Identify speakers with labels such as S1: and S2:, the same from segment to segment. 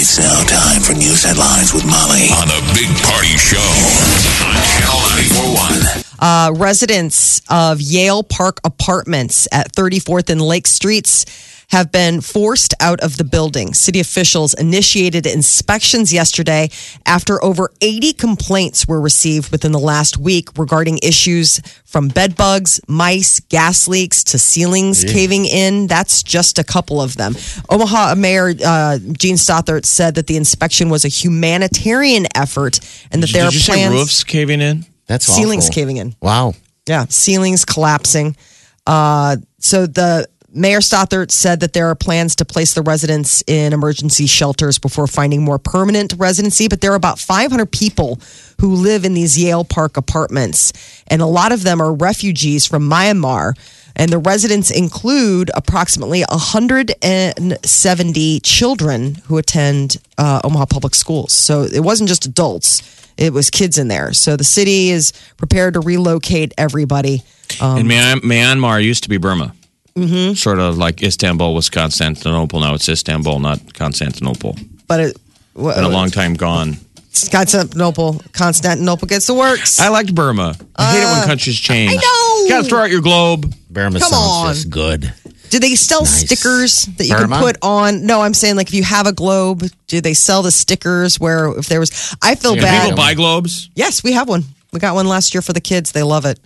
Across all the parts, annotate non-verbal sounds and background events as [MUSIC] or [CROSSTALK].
S1: It's now time for news headlines with Molly on the Big Party Show on Channel 941.
S2: Uh, residents of Yale Park Apartments at 34th and Lake Streets have been forced out of the building. City officials initiated inspections yesterday after over 80 complaints were received within the last week regarding issues from bed bugs, mice, gas leaks to ceilings caving in. That's just a couple of them. Omaha Mayor uh, Gene Stothert said that the inspection was a humanitarian effort and that
S3: Did
S2: there
S3: you
S2: are
S3: say
S2: plans.
S3: roofs caving in?
S4: That's
S2: ceilings
S4: awful.
S2: caving in.
S4: Wow.
S2: Yeah, ceilings collapsing. Uh, so the mayor Stothert said that there are plans to place the residents in emergency shelters before finding more permanent residency. But there are about 500 people who live in these Yale Park apartments, and a lot of them are refugees from Myanmar. And the residents include approximately 170 children who attend uh, Omaha Public Schools. So it wasn't just adults, it was kids in there. So the city is prepared to relocate everybody.
S3: and Myan-
S2: Um,
S3: Myanmar used to be Burma. Mm-hmm. Sort of like Istanbul was Constantinople. Now it's Istanbul, not Constantinople.
S2: But it,
S3: Been a long time gone.
S2: Constantinople, Constantinople gets the works.
S3: I liked Burma. I hate it when countries change. I
S2: Uh, know.
S3: You gotta throw out your globe.
S4: Burma
S2: Come
S4: sounds
S2: on.
S4: just good.
S2: do they sell stickers that you
S4: Burma?
S2: can put on? No, I'm saying like if you have a globe, do they sell the stickers where if there was? I feel
S3: Do
S2: bad.
S3: people buy globes?
S2: yes, we have one. We got one last year for the kids. They love it.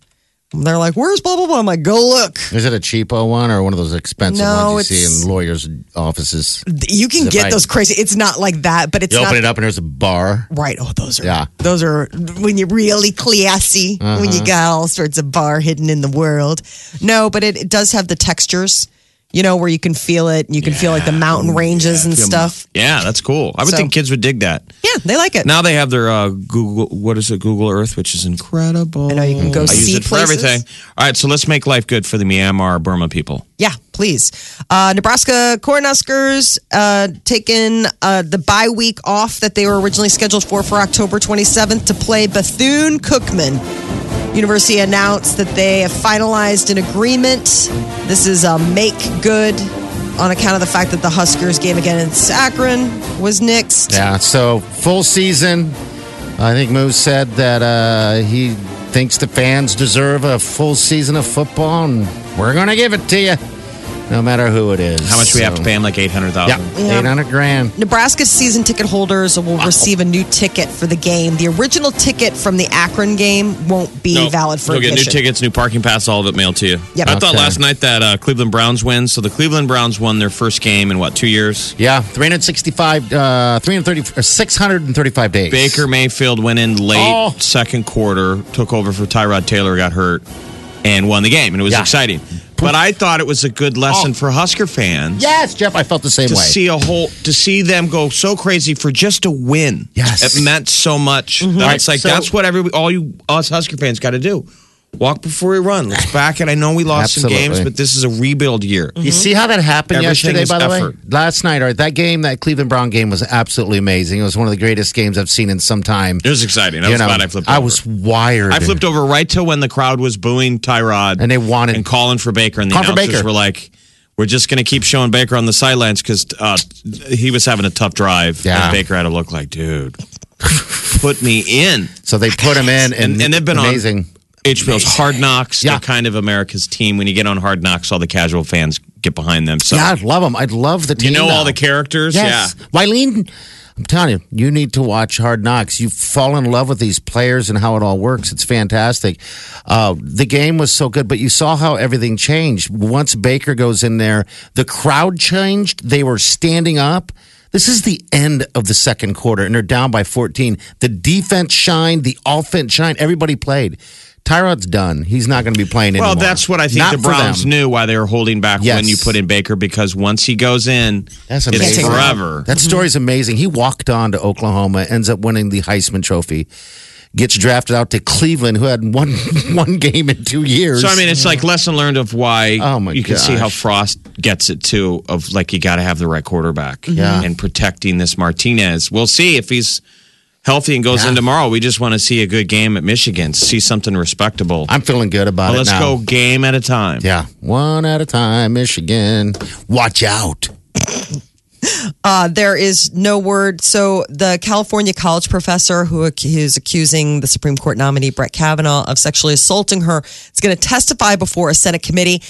S2: They're like, "Where's blah blah blah?" I'm like, "Go look."
S4: Is it a cheapo one or one of those expensive
S2: No,
S4: ones you
S2: it's-
S4: see in lawyers' offices?
S2: You can
S4: If
S2: get
S4: I-
S2: those crazy. It's not like that, but it's
S4: You
S2: not
S4: open it up and there's a bar.
S2: Right. Oh, those are.
S4: Yeah. Uh-huh.
S2: Those are when you're really classy, when you got all sorts of bar hidden in the world. No, but it, it does have the textures, you know, where you can feel it. You can feel like the mountain ranges and stuff.
S3: Yeah, that's cool. I would
S2: So-
S3: think kids would dig that.
S2: Yeah, they like it.
S3: Now they have their uh, Google. What is it? Google Earth, which is incredible.
S2: I know you can go
S3: I
S2: see
S3: use it for
S2: places.
S3: everything. All right, so let's make life good for the Myanmar Burma people.
S2: Yeah, please. Uh, Nebraska Cornhuskers uh, taking uh, the bye week off that they were originally scheduled for for October 27th to play Bethune Cookman. University announced that they have finalized an agreement. This is a make good on account of the fact that the Huskers game against Akron was nixed.
S4: Yeah, so full season. I think Moose said that uh, he thinks the fans deserve a full season of football, and we're going to give it to you, no matter who it is.
S3: How much we have to
S4: So-
S3: pay them? Like eight hundred
S4: Yeah,
S3: thousand.
S2: Yeah.
S4: 800 grand.
S2: Nebraska season ticket holders will receive a new ticket for the game. The original ticket from the Akron game won't be E valid for
S3: You'll get new
S2: admission.
S3: tickets, new parking pass, all of it mailed to you.
S2: Yep.
S3: I thought
S4: Okay.
S3: last night that uh, Cleveland Browns win. So the Cleveland Browns won their first game in what two years?
S4: Yeah, 365, uh, 330, or 635 days.
S3: Baker Mayfield went in late
S4: Oh.
S3: second quarter, took over for Tyrod Taylor, got hurt, and won the game, and it was
S4: Yeah.
S3: exciting. But I thought it was a good lesson
S4: Oh.
S3: for Husker fans.
S4: Yes, Jeff, I felt the same
S3: to
S4: way.
S3: see a whole to see them go so crazy for just a win.
S4: Yes.
S3: it meant so much. That it's
S4: Mm-hmm. Right,
S3: like
S4: so-
S3: that's what every all you us Husker fans got to do. Walk before we run. Let's back it. I know we lost some games,
S4: Absolutely.
S3: but this is a rebuild year.
S4: You see how that happened
S3: Everything
S4: yesterday,
S3: is
S4: by the
S3: effort.
S4: way? Last night, all right, that game, that Cleveland Brown game was absolutely amazing. It was one of the greatest games I've seen in some time.
S3: It was exciting. I
S4: You
S3: was
S4: know,
S3: glad I flipped.
S4: I
S3: over.
S4: was wired.
S3: I flipped over right till when the crowd was booing Tyrod
S4: And they wanted-
S3: and calling for Baker, and the
S4: Calling for
S3: announcers
S4: Baker.
S3: were like, "We're just going to keep showing Baker on the sidelines because uh, he was having a tough drive."
S4: Yeah.
S3: And Baker had to look
S4: [LAUGHS]
S3: like, "Dude, put me in."
S4: So they put him in, and,
S3: [LAUGHS] And- and they've been on-
S4: amazing.
S3: HBO's Hard Knocks.
S4: Yeah.
S3: They're kind of America's team. When you get on Hard Knocks, all the casual fans get behind them. So
S4: Yeah, I love him. I love the
S3: you
S4: team.
S3: know
S4: now.
S3: all the characters.
S4: Yes.
S3: Yeah.
S4: Wileen, I'm telling you, you need to watch Hard Knocks. You fall in love with these players and how it all works. It's fantastic. Uh, the game was so good, but you saw how everything changed. Once Baker goes in there, the crowd changed. They were standing up. This is the end of the second quarter, and they're down by 14. The defense shined, the offense shined. Everybody played. Tyrod's done. He's not going to be playing
S3: Well,
S4: anymore.
S3: that's what I think
S4: Not
S3: the
S4: for
S3: Browns
S4: them.
S3: knew why they were holding back when
S4: Yes.
S3: you put in Baker because once he goes in,
S4: That's
S3: it's
S4: amazing.
S3: forever. Mm-hmm.
S4: That story's amazing. He walked on to Oklahoma, ends up winning the Heisman Trophy, gets drafted out to Cleveland, who had one [LAUGHS] one game in two years.
S3: So I mean, it's like lesson learned of why
S4: Oh, my
S3: you can see how
S4: gosh.
S3: Frost gets it too. Of like, you got to have the right quarterback,
S4: Yeah.
S3: and protecting this Martinez. We'll see if he's healthy and goes
S4: Yeah.
S3: in tomorrow. We just want to see a good game at Michigan, see something respectable.
S4: I'm feeling good about
S3: But
S4: it.
S3: let's
S4: now.
S3: go game at a time.
S4: Yeah, one at a time, Michigan. Watch out.
S2: Uh, there is no word. So the California college professor who ac- is accusing the Supreme Court nominee Brett Kavanaugh of sexually assaulting her is going to testify before a Senate committee.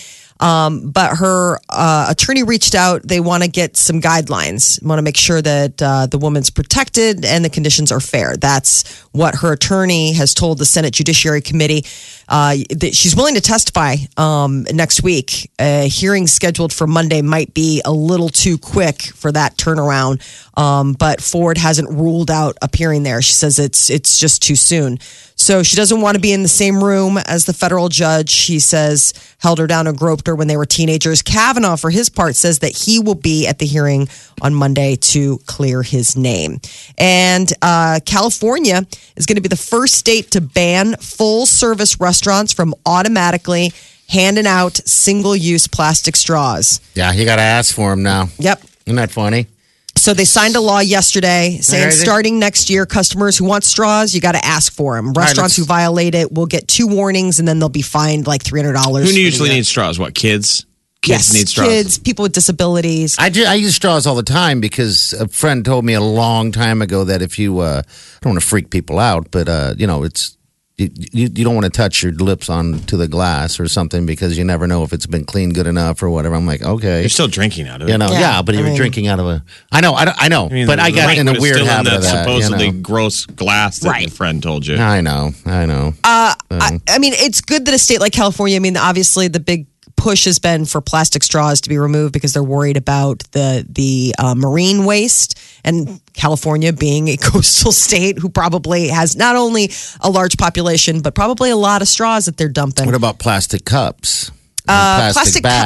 S2: Um, but her uh, attorney reached out. They want to get some guidelines. Want to make sure that uh, the woman's protected and the conditions are fair. That's what her attorney has told the Senate Judiciary Committee. Uh, that she's willing to testify um, next week. A hearing scheduled for Monday might be a little too quick for that turnaround. Um, but Ford hasn't ruled out appearing there. She says it's it's just too soon. So she doesn't want to be in the same room as the federal judge. She says held her down and groped her when they were teenagers. Kavanaugh, for his part, says that he will be at the hearing on Monday to clear his name. And uh, California is going to be the first state to ban full service restaurants from automatically handing out single use plastic straws.
S4: Yeah, you got to ask for him now.
S2: Yep.
S4: Isn't that funny?
S2: So they signed a law yesterday saying
S4: Alrighty.
S2: starting next year, customers who want straws, you got to ask for them. Restaurants
S4: let's-
S2: who violate it will get two warnings and then they'll be fined like three hundred dollars.
S3: Who usually needs straws? What kids? Kids
S2: yes,
S3: need straws.
S2: Kids, people with disabilities.
S4: I, ju- I use straws all the time because a friend told me a long time ago that if you, uh, I don't want to freak people out, but uh, you know, it's you, you you don't want to touch your lips onto the glass or something because you never know if it's been cleaned good enough or whatever. I'm like, okay,
S3: You're still drinking out of it.
S4: you know, yeah,
S2: Yeah,
S4: but
S2: I
S4: you're
S2: mean-
S4: drinking out of a. I know, I, don't- I know,
S3: I mean,
S4: but I
S3: the
S4: got
S3: drink
S4: in a
S3: was
S4: weird
S3: still in
S4: habit
S3: that
S4: of that. you
S3: supposedly
S4: know.
S3: gross glass that your friend told you.
S4: I know, I know.
S2: Um,
S3: Mm.
S2: I, I mean, it's good that a state like California. I mean, obviously the big push has been for plastic straws to be removed because they're worried about the the uh, marine waste and California being a [LAUGHS] coastal state who probably has not only a large population but probably a lot of straws that they're dumping.
S4: what about plastic cups? And
S2: Uh, plastic
S4: plastic,
S2: cups.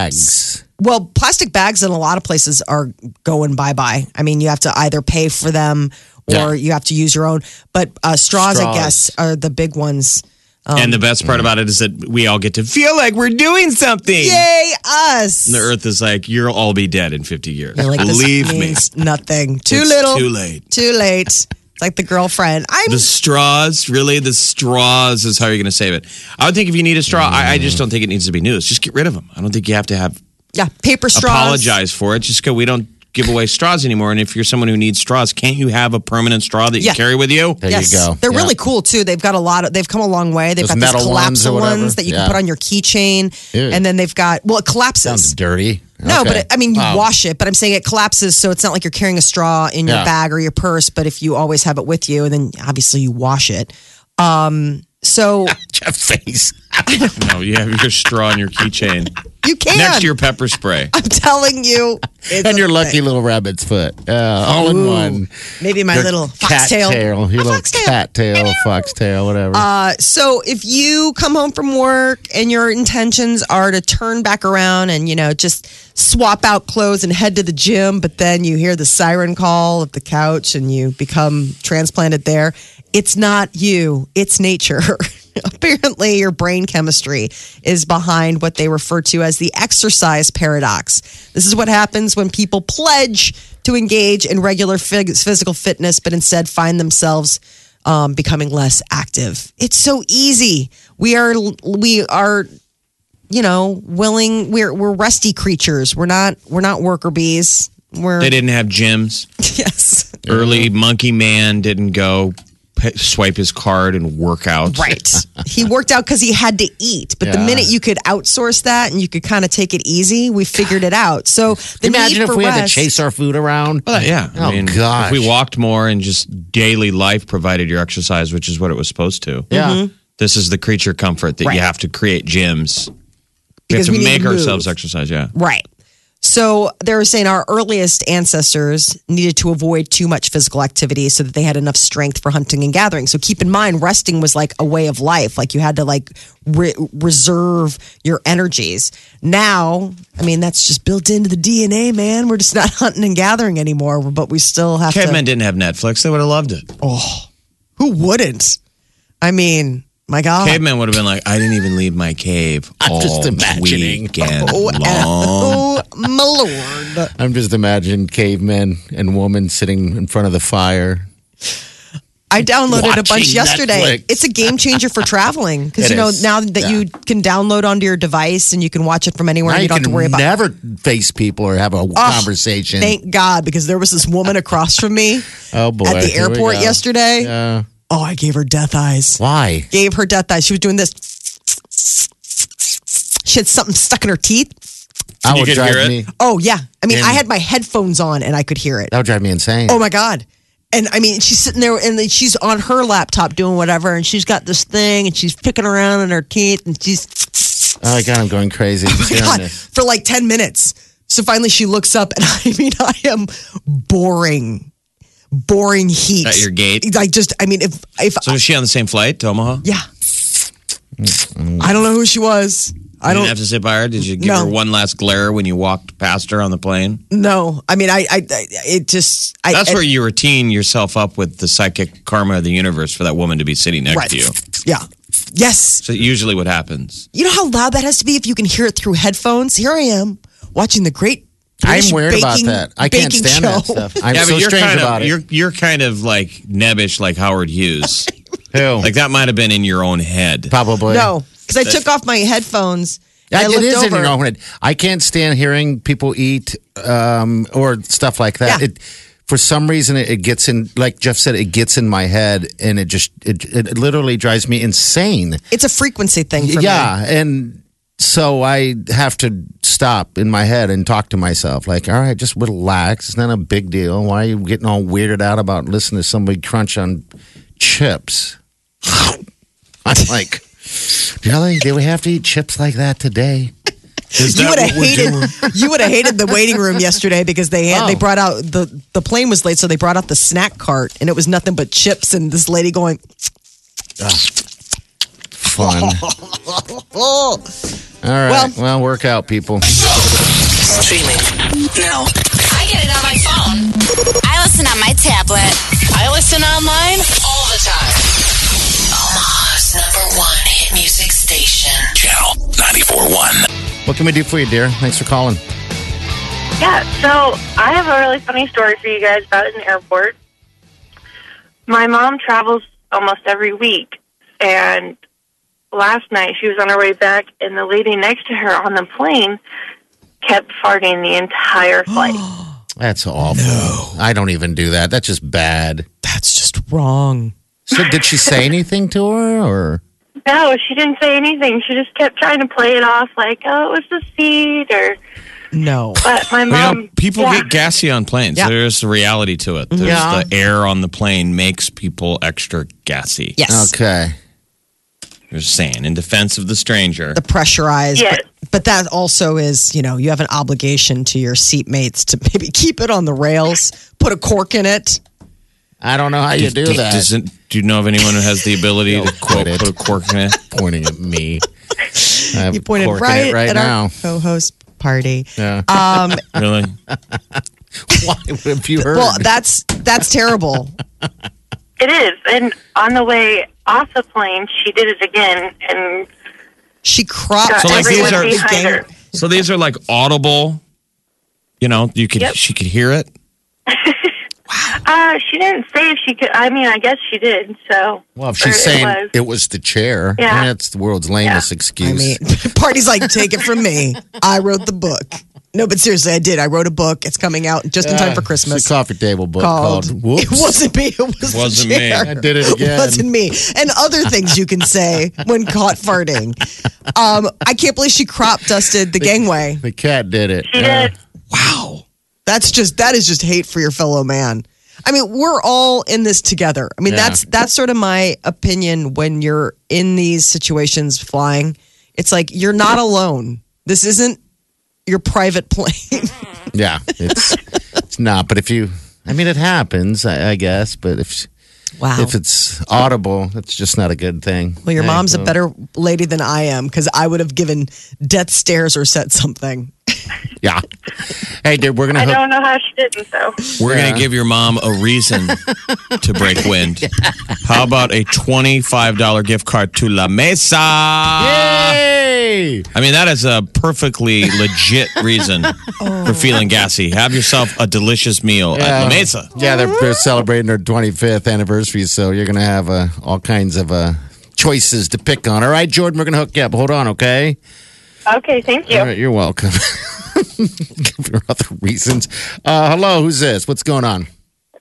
S4: bags.
S2: Well, plastic bags in a lot of places are going bye bye. I mean, you have to either pay for them or
S4: Yeah.
S2: you have to use your own. But uh, straws, I
S4: Straws.
S2: guess, are the big ones.
S3: and the best
S4: Mm-hmm.
S3: part about it is that we all get to feel like we're doing something.
S2: Yay, us!
S3: And the earth is like, you'll all be dead in 50 years.
S2: You're like, this
S3: Believe me.
S2: means nothing. Too
S3: It's
S2: little.
S3: too late.
S2: Too late. It's like the girlfriend. I'm.
S3: The straws, really, the straws is how you're going to save it. I would think if you need a straw, I, I just don't think it needs to be news. Just get rid of them. I don't think you have to have
S2: yeah, paper straws.
S3: apologize for it. Just go. We don't give away straws anymore. And if you're someone who needs straws, can't you have a permanent straw that you
S2: Yeah.
S3: carry with you?
S4: There
S2: yes.
S4: you go.
S2: They're
S4: Yeah.
S2: really cool too. They've got a lot of they've come a long way. They've
S4: Those
S2: got these
S4: metal ones or
S2: collapsible ones,
S4: whatever.
S2: that you can
S4: Yeah.
S2: put on your keychain.
S4: Ew.
S2: And then they've got well it collapses.
S4: Sounds dirty.
S2: No,
S4: Okay.
S2: but it, I mean, you
S4: Wow.
S2: wash it, but I'm saying it collapses, so it's not like you're carrying a straw in your
S4: Yeah.
S2: bag or your purse. But if you always have it with you, then obviously you wash it. Um,
S4: [LAUGHS]
S2: so
S4: [LAUGHS] Jeff face.
S3: [LAUGHS] No, you have your straw and your keychain
S2: you can.
S3: next to your pepper spray.
S2: I'm telling
S4: [LAUGHS]
S2: you. it's
S4: and
S2: a
S4: your lucky
S2: thing.
S4: little rabbit's foot. Uh, all in one.
S2: Maybe my
S4: Your
S2: little
S4: cat
S2: foxtail.
S4: tail. Your
S2: My
S4: little
S2: foxtail.
S4: cat tail, foxtail, whatever.
S2: Uh, so if you come home from work and your intentions are to turn back around and you know just swap out clothes and head to the gym, but then you hear the siren call of the couch and you become transplanted there, it's not you, it's nature. [LAUGHS] Apparently, your brain chemistry is behind what they refer to as the exercise paradox. This is what happens when people pledge to engage in regular phys- physical fitness, but instead find themselves um, becoming less active. It's so easy. We are we are, you know, willing. We're we're rusty creatures. We're not we're not worker bees. We're [LAUGHS]
S3: They didn't have gyms.
S2: yes,
S3: Early monkey man didn't go p- swipe his card and work out.
S2: right. he worked out because he had to eat. But the
S4: Yeah.
S2: minute you could outsource that and you could kind of take it easy, we figured it out. So the
S4: Imagine
S2: need
S4: if
S2: for
S4: we
S2: rest,
S4: had to chase our food around.
S3: Well, Uh, yeah.
S4: Oh, gosh.
S3: If we walked more and just daily life provided your exercise, which is what it was supposed to.
S4: yeah.
S2: Mm-hmm.
S3: This is the creature comfort that you have to create gyms.
S2: Because we
S3: we have to
S2: need
S3: make
S2: to move.
S3: ourselves exercise. Yeah.
S2: Right. So they're saying our earliest ancestors needed to avoid too much physical activity so that they had enough strength for hunting and gathering. So keep in mind, resting was like a way of life. Like you had to like re- reserve your energies. Now, I mean, that's just built into the DNA, man. We're just not [LAUGHS] hunting and gathering anymore, but we still have to.
S3: Cavemen didn't have Netflix. They would have loved it.
S2: Who wouldn't? I mean, my God.
S3: Cavemen would have been like, I didn't even leave my cave.
S4: I'm
S3: all
S4: just imagining.
S3: Weekend
S2: Oh,
S3: long.
S2: oh, my lord.
S4: I'm just imagining cavemen and woman sitting in front of the fire.
S2: I downloaded a bunch
S4: Watching
S2: yesterday.
S4: Netflix.
S2: It's a game changer for traveling because
S4: It
S2: you know
S4: is.
S2: now that you can download onto your device and you can watch it from anywhere.
S4: Now
S2: and You
S4: you
S2: don't have
S4: can
S2: to worry about.
S4: never face people or have a conversation.
S2: Thank God because there was this woman across from
S4: [LAUGHS]
S2: me
S4: oh boy!
S2: at the
S4: Here we
S2: airport
S4: go.
S2: yesterday.
S4: Yeah.
S2: Oh, I gave her death eyes.
S4: Why?
S2: Gave her death eyes. She was doing this. She had something stuck in her teeth.
S4: That
S3: you
S4: would
S3: could
S4: drive
S3: hear it?
S4: me.
S2: Oh yeah, I mean,
S4: Damn.
S2: I had my headphones on and I could hear it.
S4: That would drive me insane.
S2: Oh my god! And I mean, she's sitting there, and then she's on her laptop doing whatever, and she's got this thing, and she's picking around in her teeth, and she's
S4: Oh my god! I'm
S2: [LAUGHS]
S4: going crazy. Just hearing
S2: God,
S4: this.
S2: for like ten minutes. So finally, she looks up, and [LAUGHS] I mean, I am boring, boring heat
S3: At your gate?
S2: Like just, I mean, if if
S3: So was she on the same flight to Omaha?
S2: yeah, I don't know who she was. I
S3: Mm-hmm. You
S2: don't
S3: didn't have to sit by her. Did you give
S2: No.
S3: her one last glare when you walked past her on the plane?
S2: know. I mean, I, I, I it just, I,
S3: That's
S2: I,
S3: where you were teeing yourself up with the psychic karma of the universe for that woman to be sitting next
S2: right,
S3: to you.
S2: yeah, yes.
S3: So usually what happens.
S2: You know how loud that has to be if you can hear it through headphones? Here I am watching the great. British
S4: I'm weird about
S2: baking-
S4: that. I can't
S2: baking
S4: stand that
S2: show.
S4: stuff. I'm
S3: yeah,
S4: so
S3: but you're
S4: strange
S3: kind
S4: about
S3: of you're you're kind of like nebbish like
S4: [LAUGHS]
S3: Howard Hughes.
S4: it. Who?
S3: like that might have been in your own head.
S2: [LAUGHS]
S4: Probably.
S2: No, because I took off my headphones. and
S4: I,
S2: I
S4: it
S2: looked
S4: is in
S2: over.
S4: your own head. I can't stand hearing people eat um, or stuff like that.
S2: Yeah.
S4: It, for some reason, it, it gets in. Like Jeff said, it gets in my head, and it just it, it literally drives me insane.
S2: It's a frequency thing for me.
S4: yeah, and so I have to stop in my head and talk to myself. Like, all right, just relax. It's not a big deal. Why are you getting all weirded out about listening to somebody crunch on chips? [LAUGHS] I'm like, really? Do we have to eat chips like that today?
S3: Is
S2: You
S3: that
S2: would have
S3: what we're
S2: hated. [LAUGHS] You would have hated the waiting room yesterday because they had,
S4: Oh.
S2: they brought out the the plane was late, so they brought out the snack cart, and it was nothing but chips and this lady going. [LAUGHS]
S4: Fun. all right. Well, work out, people.
S5: Streaming now.
S6: I get it on my phone. I listen on my tablet.
S5: I listen online all the time. Omaha's number one hit music station.
S1: Channel 94.1.
S4: What can we do for you, dear? Thanks for calling.
S7: Yeah, so I have a really funny story for you guys about an airport. My mom travels almost every week, and last night she was on her way back, and the lady next to her on the plane kept farting the entire flight.
S4: That's awful. I don't even do that. That's just bad.
S2: That's just wrong.
S4: So, did she
S2: [LAUGHS]
S4: say anything to her, or
S7: no, she didn't say anything. She just kept trying to play it off like, "Oh, it was the seat," or.
S2: No.
S4: Oh,
S7: But my
S3: Well,
S7: mom,
S3: you know, people
S7: Um, yeah.
S3: get gassy on planes.
S2: Yeah.
S3: There's a reality to it. There's
S4: Yeah.
S3: the air on the plane makes people extra gassy.
S2: Yes.
S4: okay?
S3: You're saying in defense of the stranger.
S2: the pressurized.
S7: Yes.
S2: But, but that also is, you know, you have an obligation to your seatmates to [LAUGHS] maybe keep it on the rails, put a cork in it.
S4: I don't know how you do
S3: D-
S4: that.
S3: doesn't- do you know of anyone who has the ability to quote,
S4: quit it.
S3: put a cork in it?
S4: pointing at me. I have
S2: You pointed
S4: cork in
S2: right,
S4: it right
S2: at
S4: now.
S2: our co-host party. [LAUGHS]
S4: Yeah. [LAUGHS]
S2: Um,
S3: Really?
S4: Why have you heard?
S2: well, that's that's terrible.
S7: it is. And on the way off the plane, she did it again, and
S2: She cropped
S7: So,
S3: like, these
S2: everyone
S3: are-
S2: who's
S7: behind
S2: gang-
S7: her.
S3: So these are like audible. You know, you could she could hear it.
S7: Uh, she didn't say if she could. I mean, I guess she did. So.
S4: well, if
S7: or
S4: she's saying
S7: it was.
S4: it was the chair,
S7: Yeah.
S4: I mean, that's the world's lamest
S2: I
S4: excuse.
S2: mean, [LAUGHS] party's like, take it from me. I wrote the book. No, but seriously, I did. I wrote a book. It's coming out just in time for
S4: Uh,
S2: Christmas.
S4: It's a coffee table book
S2: called,
S4: called, Whoops.
S2: [LAUGHS] It wasn't me. It was the
S3: Wasn't me.
S2: chair.
S3: I
S4: did it again.
S2: wasn't me. And other things you can say when caught farting. Um, I can't believe she crop dusted the gangway.
S4: The cat did it.
S7: She
S4: Yeah.
S7: did.
S2: Wow. That's just that is just hate for your fellow man. I mean, we're all in this together. I mean,
S4: Yeah.
S2: that's that's sort of my opinion when you're in these situations flying. It's like you're not alone. This isn't your private plane.
S4: Yeah, it's it's not. But if you, I mean, it happens, I, I guess. But if
S2: [LAUGHS] Wow.
S4: if it's audible, it's just not a good thing.
S2: well, your
S4: Hey,
S2: mom's a
S4: well,
S2: better lady than I am because I would have given death stares or said something.
S4: Yeah. Hey, dude, we're gonna
S7: I
S4: hook,
S7: don't know how she didn't, though.
S3: We're going to give your mom a
S4: [LAUGHS]
S3: reason to break wind. How about a $25 gift card to La Mesa?
S4: Yay!
S3: I mean, that is a perfectly legit reason for feeling gassy. Have yourself a delicious meal at La Mesa.
S4: Yeah, they're, they're celebrating their 25th anniversary, so you're going to have uh, all kinds of uh, choices to pick on. All right, Jordan, we're going to hook you up. Hold on, okay?
S7: Okay, thank you.
S4: All right, you're welcome. [LAUGHS] Give her other reasons. Uh, hello, who's this? What's going on?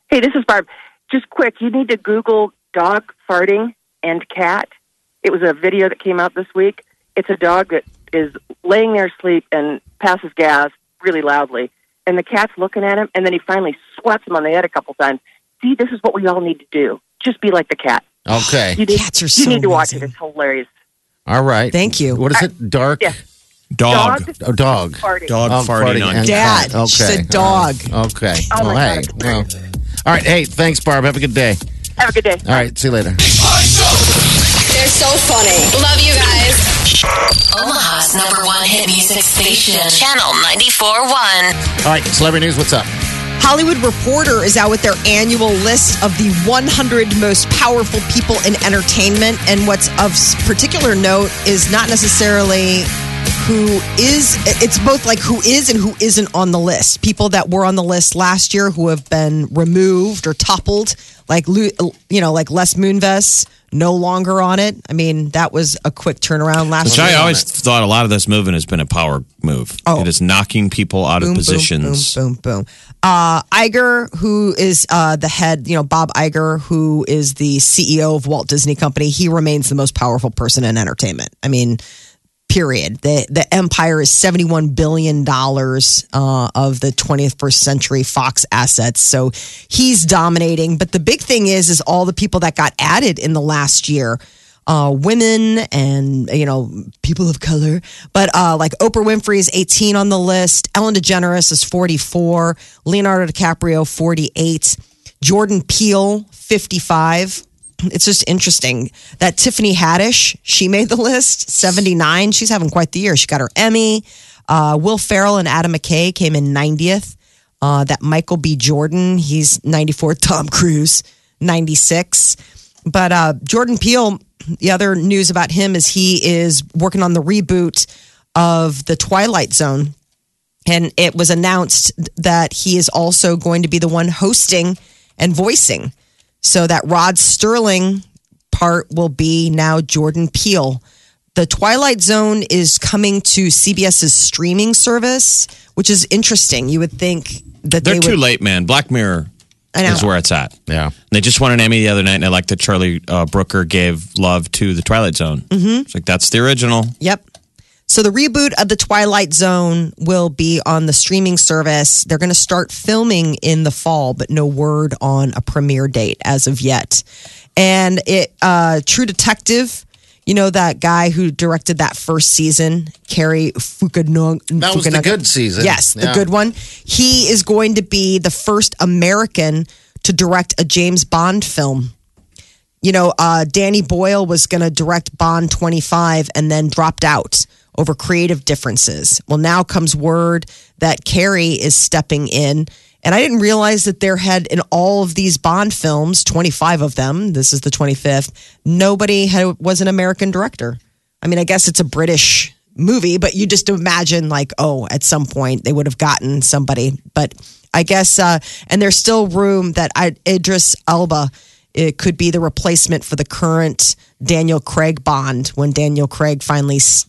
S8: Hey, this is Barb. Just quick, you need to Google dog farting and cat. It was a video that came out this week. It's a dog that is laying there asleep and passes gas really loudly. And the cat's looking at him, and then he finally swats him on the head a couple times. See, this is what we all need to do. Just be like the cat.
S4: Okay.
S8: You need,
S2: Cats are
S8: you
S2: so
S8: need to watch it.
S2: amazing.
S8: It's hilarious.
S4: All right.
S2: Thank you.
S4: What is it? Dark?
S8: yeah.
S3: Dog. Dog,
S4: Oh, dog.
S8: farting.
S3: farting, on
S4: and
S2: Dad,
S4: cat.
S2: she said
S4: all right. Okay.
S8: Oh,
S4: Well,
S8: my
S4: hey,
S8: God.
S4: well. All right. Hey, thanks, Barb. Have a good day.
S8: Have a good day.
S4: All right. See you later.
S5: They're so funny.
S6: Love you guys.
S5: Omaha's number one hit music station, Channel 94.1.
S4: All right. Celebrity news. What's up?
S2: Hollywood Reporter is out with their annual list of the 100 most powerful people in entertainment. And what's of s- particular note is not necessarily who is, it's both like who is and who isn't on the list. People that were on the list last year who have been removed or toppled, like, Lu- you know, like Les Moonves, no longer on it. I mean, that was a quick turnaround last
S3: Which
S2: year.
S3: I always thought a lot of this movement has been a power move.
S2: Oh.
S3: It is knocking people out of positions.
S2: Boom, boom, boom. Uh, Iger, who is uh, the head, you know, Bob Iger, who is the CEO of Walt Disney Company, he remains the most powerful person in entertainment. I mean, period. The the empire is seventy one billion dollars uh, of the twentieth first century Fox assets. So he's dominating. But the big thing is, is all the people that got added in the last year. Uh, women and you know people of color, but uh, like Oprah Winfrey is 18 on the list. Ellen DeGeneres is 44. Leonardo DiCaprio 48. Jordan Peele 55 it's just interesting that Tiffany Haddish, she made the list, 79. She's having quite the year. She got her Emmy. Uh, Will Farrell and Adam McKay came in 90th. Uh, that Michael B. Jordan, he's 94. Tom Cruise, 96. But uh, Jordan Peele, the other news about him is he is working on the reboot of The Twilight Zone. And it was announced that he is also going to be the one hosting and voicing. So that Rod Sterling part will be now Jordan Peele. The Twilight Zone is coming to CBS's streaming service, which is interesting. You would think that
S3: They're
S2: they
S3: too
S2: would,
S3: late, man. Black Mirror
S2: I know.
S3: is where it's at.
S4: Yeah.
S3: They just won an Emmy the other night, and I like that Charlie uh, Brooker gave love to The Twilight Zone. Mm-hmm. It's like, that's the original.
S2: Yep. So the reboot of The Twilight Zone will be on the streaming service. They're going to start filming in the fall, but no word on a premiere date as of yet. And it uh True Detective, you know that guy who directed that first season, Cary Fukunaga.
S4: That was the good season.
S2: Yes, the
S4: Yeah.
S2: good one. He is going to be the first American to direct a James Bond film you know, uh, Danny Boyle was going to direct Bond 25 and then dropped out over creative differences. Well, now comes word that Carrie is stepping in. And I didn't realize that there had, in all of these Bond films, 25 of them, this is the 25th, nobody had, was an American director. I mean, I guess it's a British movie, but you just imagine like, oh, at some point they would have gotten somebody. But I guess, uh, and there's still room that I, Idris Elba it could be the replacement for the current Daniel Craig Bond when Daniel Craig finally s-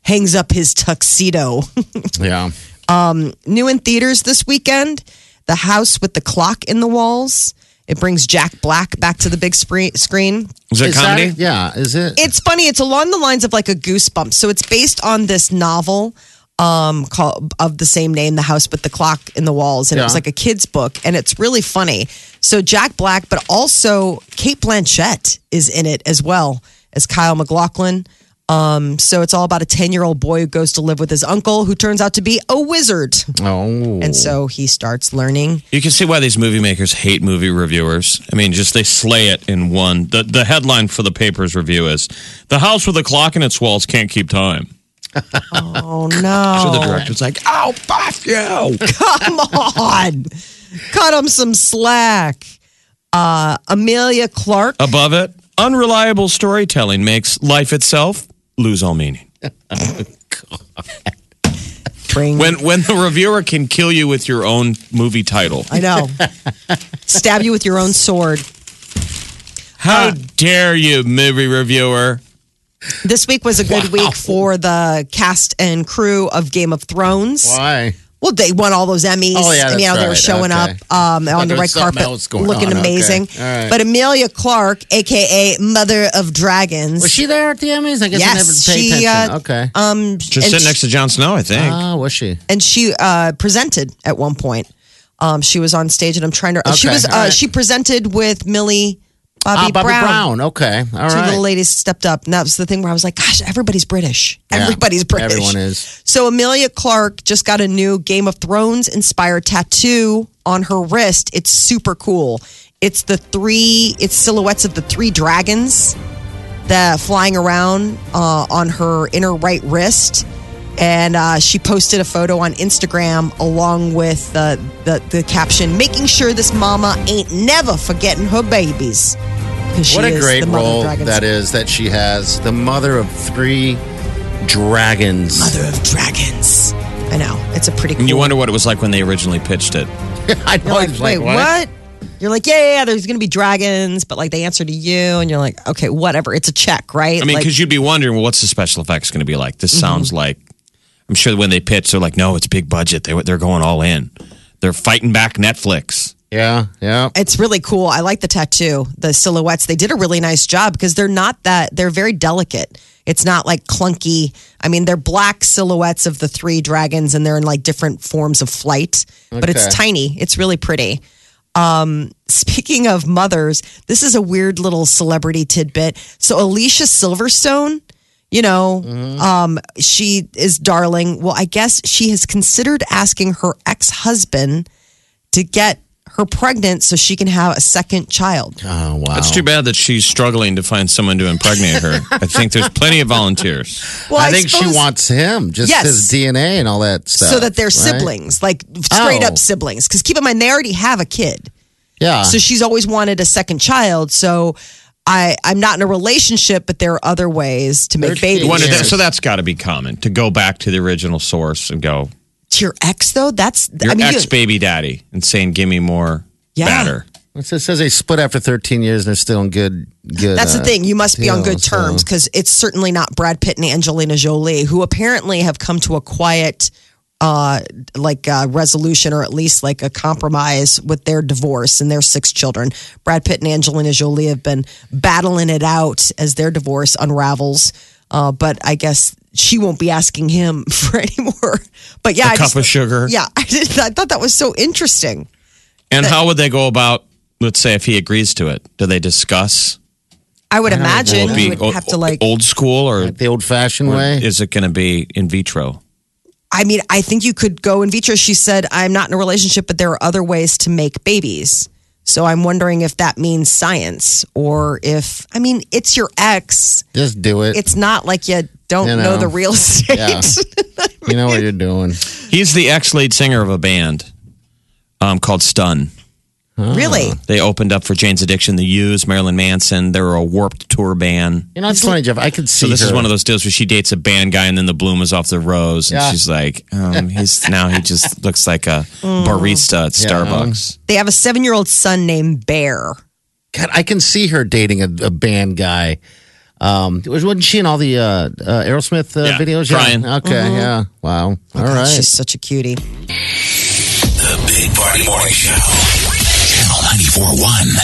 S2: hangs up his tuxedo. [LAUGHS]
S4: Yeah.
S2: New in theaters this weekend, The House with the Clock in the Walls. It brings Jack Black back to the big spre- screen.
S3: Is it
S4: Is that
S3: comedy?
S4: it? yeah. Is it?
S2: It's funny. It's along the lines of like a goosebump. So it's based on this novel um called of the same name, The House with the Clock in the Walls. And it was
S4: Yeah.
S2: like a kid's book. And it's really funny. So Jack Black, but also Kate Blanchett is in it as well as Kyle McLaughlin. Um, so it's all about a 10 year old boy who goes to live with his uncle who turns out to be a wizard.
S4: Oh.
S2: And so he starts learning.
S3: You can see why these movie makers hate movie reviewers. I mean, just they slay it in one. The the headline for the paper's review is "The house with a clock in its walls can't keep time."
S2: Oh,
S3: So the
S2: no.
S3: director's like, "Oh, fuck you!"
S2: Come on. Cut him some slack. Uh, Amelia Clark.
S4: Um,
S3: Above it, unreliable storytelling makes life itself lose all meaning.
S2: Bring-
S3: When when the reviewer can kill you with your own movie title,
S2: I know. Stab you with your own sword.
S3: how
S2: Uh.
S3: dare you, movie reviewer?
S2: This week was a good week for the cast and crew of Game of Thrones.
S4: Why?
S2: Well, they won all those Emmys.
S4: Oh, yeah,
S2: and, you know,
S4: that's
S2: they were
S4: right.
S2: showing
S4: Okay.
S2: up um, on the
S4: there
S2: red
S4: was something
S2: carpet,
S4: else going
S2: looking
S4: on. Okay.
S2: amazing.
S4: All right.
S2: But Amelia Clark, aka Mother of Dragons,
S4: Was she there at the Emmys? I guess I never
S2: Yes,
S4: paid
S2: she,
S4: attention.
S2: uh,
S4: okay.
S2: um,
S3: Just
S2: and Uh.
S3: sitting
S2: she-
S3: next to Jon Snow, I think.
S4: Ah, was she?
S2: and she uh, presented at one point. Um, she was on stage, and I'm trying to. She
S4: Okay,
S2: was. Uh,
S4: all right.
S2: She presented with Millie
S4: Ah,
S2: Bobby,
S4: Bobby
S2: Brown.
S4: Brown. Okay. All right.
S2: Two little ladies stepped up, and that was the thing where I was like, "Gosh, everybody's British.
S4: Yeah,
S2: Everybody's British.
S4: Everyone is.
S2: So Amelia Clark just got a new Game of Thrones inspired tattoo on her wrist. It's super cool. It's the three. It's silhouettes of the three dragons that flying around uh, on her inner right wrist. And uh, she posted a photo on Instagram along with the, the the caption, making sure this mama ain't never forgetting her babies. 'Cause she
S4: What a
S2: is
S4: great
S2: the mother of
S4: role
S2: dragons.
S4: that is that she has. The mother of three
S2: [LAUGHS]
S4: dragons.
S2: Mother of dragons. I know. It's a pretty cool.
S3: And you wonder what it was like when they originally pitched it.
S4: [LAUGHS] I know.
S2: You're like,
S4: it's
S2: wait,
S4: what?
S2: what? You're like, yeah, yeah, yeah, there's going to be dragons, but like they answer to you, and you're like, okay, whatever. It's a check, right?
S3: I mean,
S2: Like, Mm-hmm.
S3: because you'd be wondering, well, what's the special effects going to be like? This sounds like, I'm sure when they pitch, they're like, no, it's big budget. They, they're going all in. They're fighting back Netflix.
S4: Yeah, yeah.
S2: it's really cool. I like the tattoo, the silhouettes. They did a really nice job because they're not that, they're very delicate. It's not like clunky. I mean, they're black silhouettes of the three dragons and they're in like different forms of flight, but it's
S4: Okay.
S2: tiny. It's really pretty. Um, speaking of mothers, this is a weird little celebrity tidbit. So Alicia Silverstone, you know, um, she is darling. Well, I guess she has considered asking her ex-husband to get her pregnant so she can have a second child.
S4: Oh, wow.
S3: It's too bad that she's struggling to find someone to
S2: [LAUGHS]
S3: impregnate her. I think there's plenty of volunteers.
S2: Well,
S4: I, think
S2: suppose-
S4: she wants him, just
S2: Yes.
S4: his DNA and all that stuff.
S2: so that they're
S4: right?
S2: siblings, like straight
S4: Oh. Ah.
S2: up siblings. Because keep in mind, they already have a kid.
S4: Yeah.
S2: So she's always wanted a second child. So I, I'm not in a relationship, but there are other ways to make
S4: Okay.
S2: babies.
S3: You wonder that-
S4: Yes.
S3: so that's got to be common to go back to the original source and go,
S2: To your ex, though, that's
S3: your
S2: I mean,
S3: ex
S2: you-
S3: baby daddy, and saying, give me more
S2: Yeah.
S3: batter.
S4: it says says they split after 13 years and they're still in good good.
S2: that's the
S4: uh,
S2: thing. You must be on
S4: deal,
S2: good terms
S4: so-
S2: because it's certainly not Brad Pitt and Angelina Jolie, who apparently have come to a quiet, uh, like uh, resolution or at least like a compromise with their divorce and their six children. Brad Pitt and Angelina Jolie have been battling it out as their divorce unravels. Uh, but I guess she won't be asking him [LAUGHS] for any more. But yeah,
S3: A
S2: I
S3: cup
S2: just-
S3: of sugar.
S2: Yeah, [LAUGHS] I, did, I thought that was so interesting.
S3: And how would they go about, let's say, if he agrees to it? Do they discuss?
S2: I would imagine
S3: Will it
S2: you
S3: be
S2: would have to like.
S3: old school or
S4: The old fashioned way.
S3: is it going to be in vitro?
S2: I mean, I think you could go in vitro. She said, "I'm not in a relationship, but there are other ways to make babies." So I'm wondering if that means science or if I mean, it's your ex.
S4: just do it.
S2: It's not like you don't
S4: You
S2: know.
S4: know.
S2: the real estate. [LAUGHS]
S4: Yeah. you know what you're doing.
S3: He's the ex lead singer of a band um, called Stun.
S2: Really?
S3: They opened up for Jane's Addiction, The Used, Marilyn Manson. They were a warped tour band.
S4: You know, it's funny, Jeff. I could see
S3: So this
S4: her.
S3: is one of those deals where she dates a band guy, and then the bloom is off the rose, and
S4: Yeah.
S3: she's like, um, "He's now he just looks like a barista at Starbucks."
S2: They have a seven-year-old son named Bear.
S4: God, I can see her dating a, a band guy. Um, was- wasn't she in all the uh, uh, Aerosmith uh,
S3: Yeah,
S4: videos?
S3: Brian.
S4: Yeah. Okay. Yeah. Wow. All right.
S2: Mm-hmm. Oh, She's such a cutie.
S1: The Big Party Morning Show. Channel 941.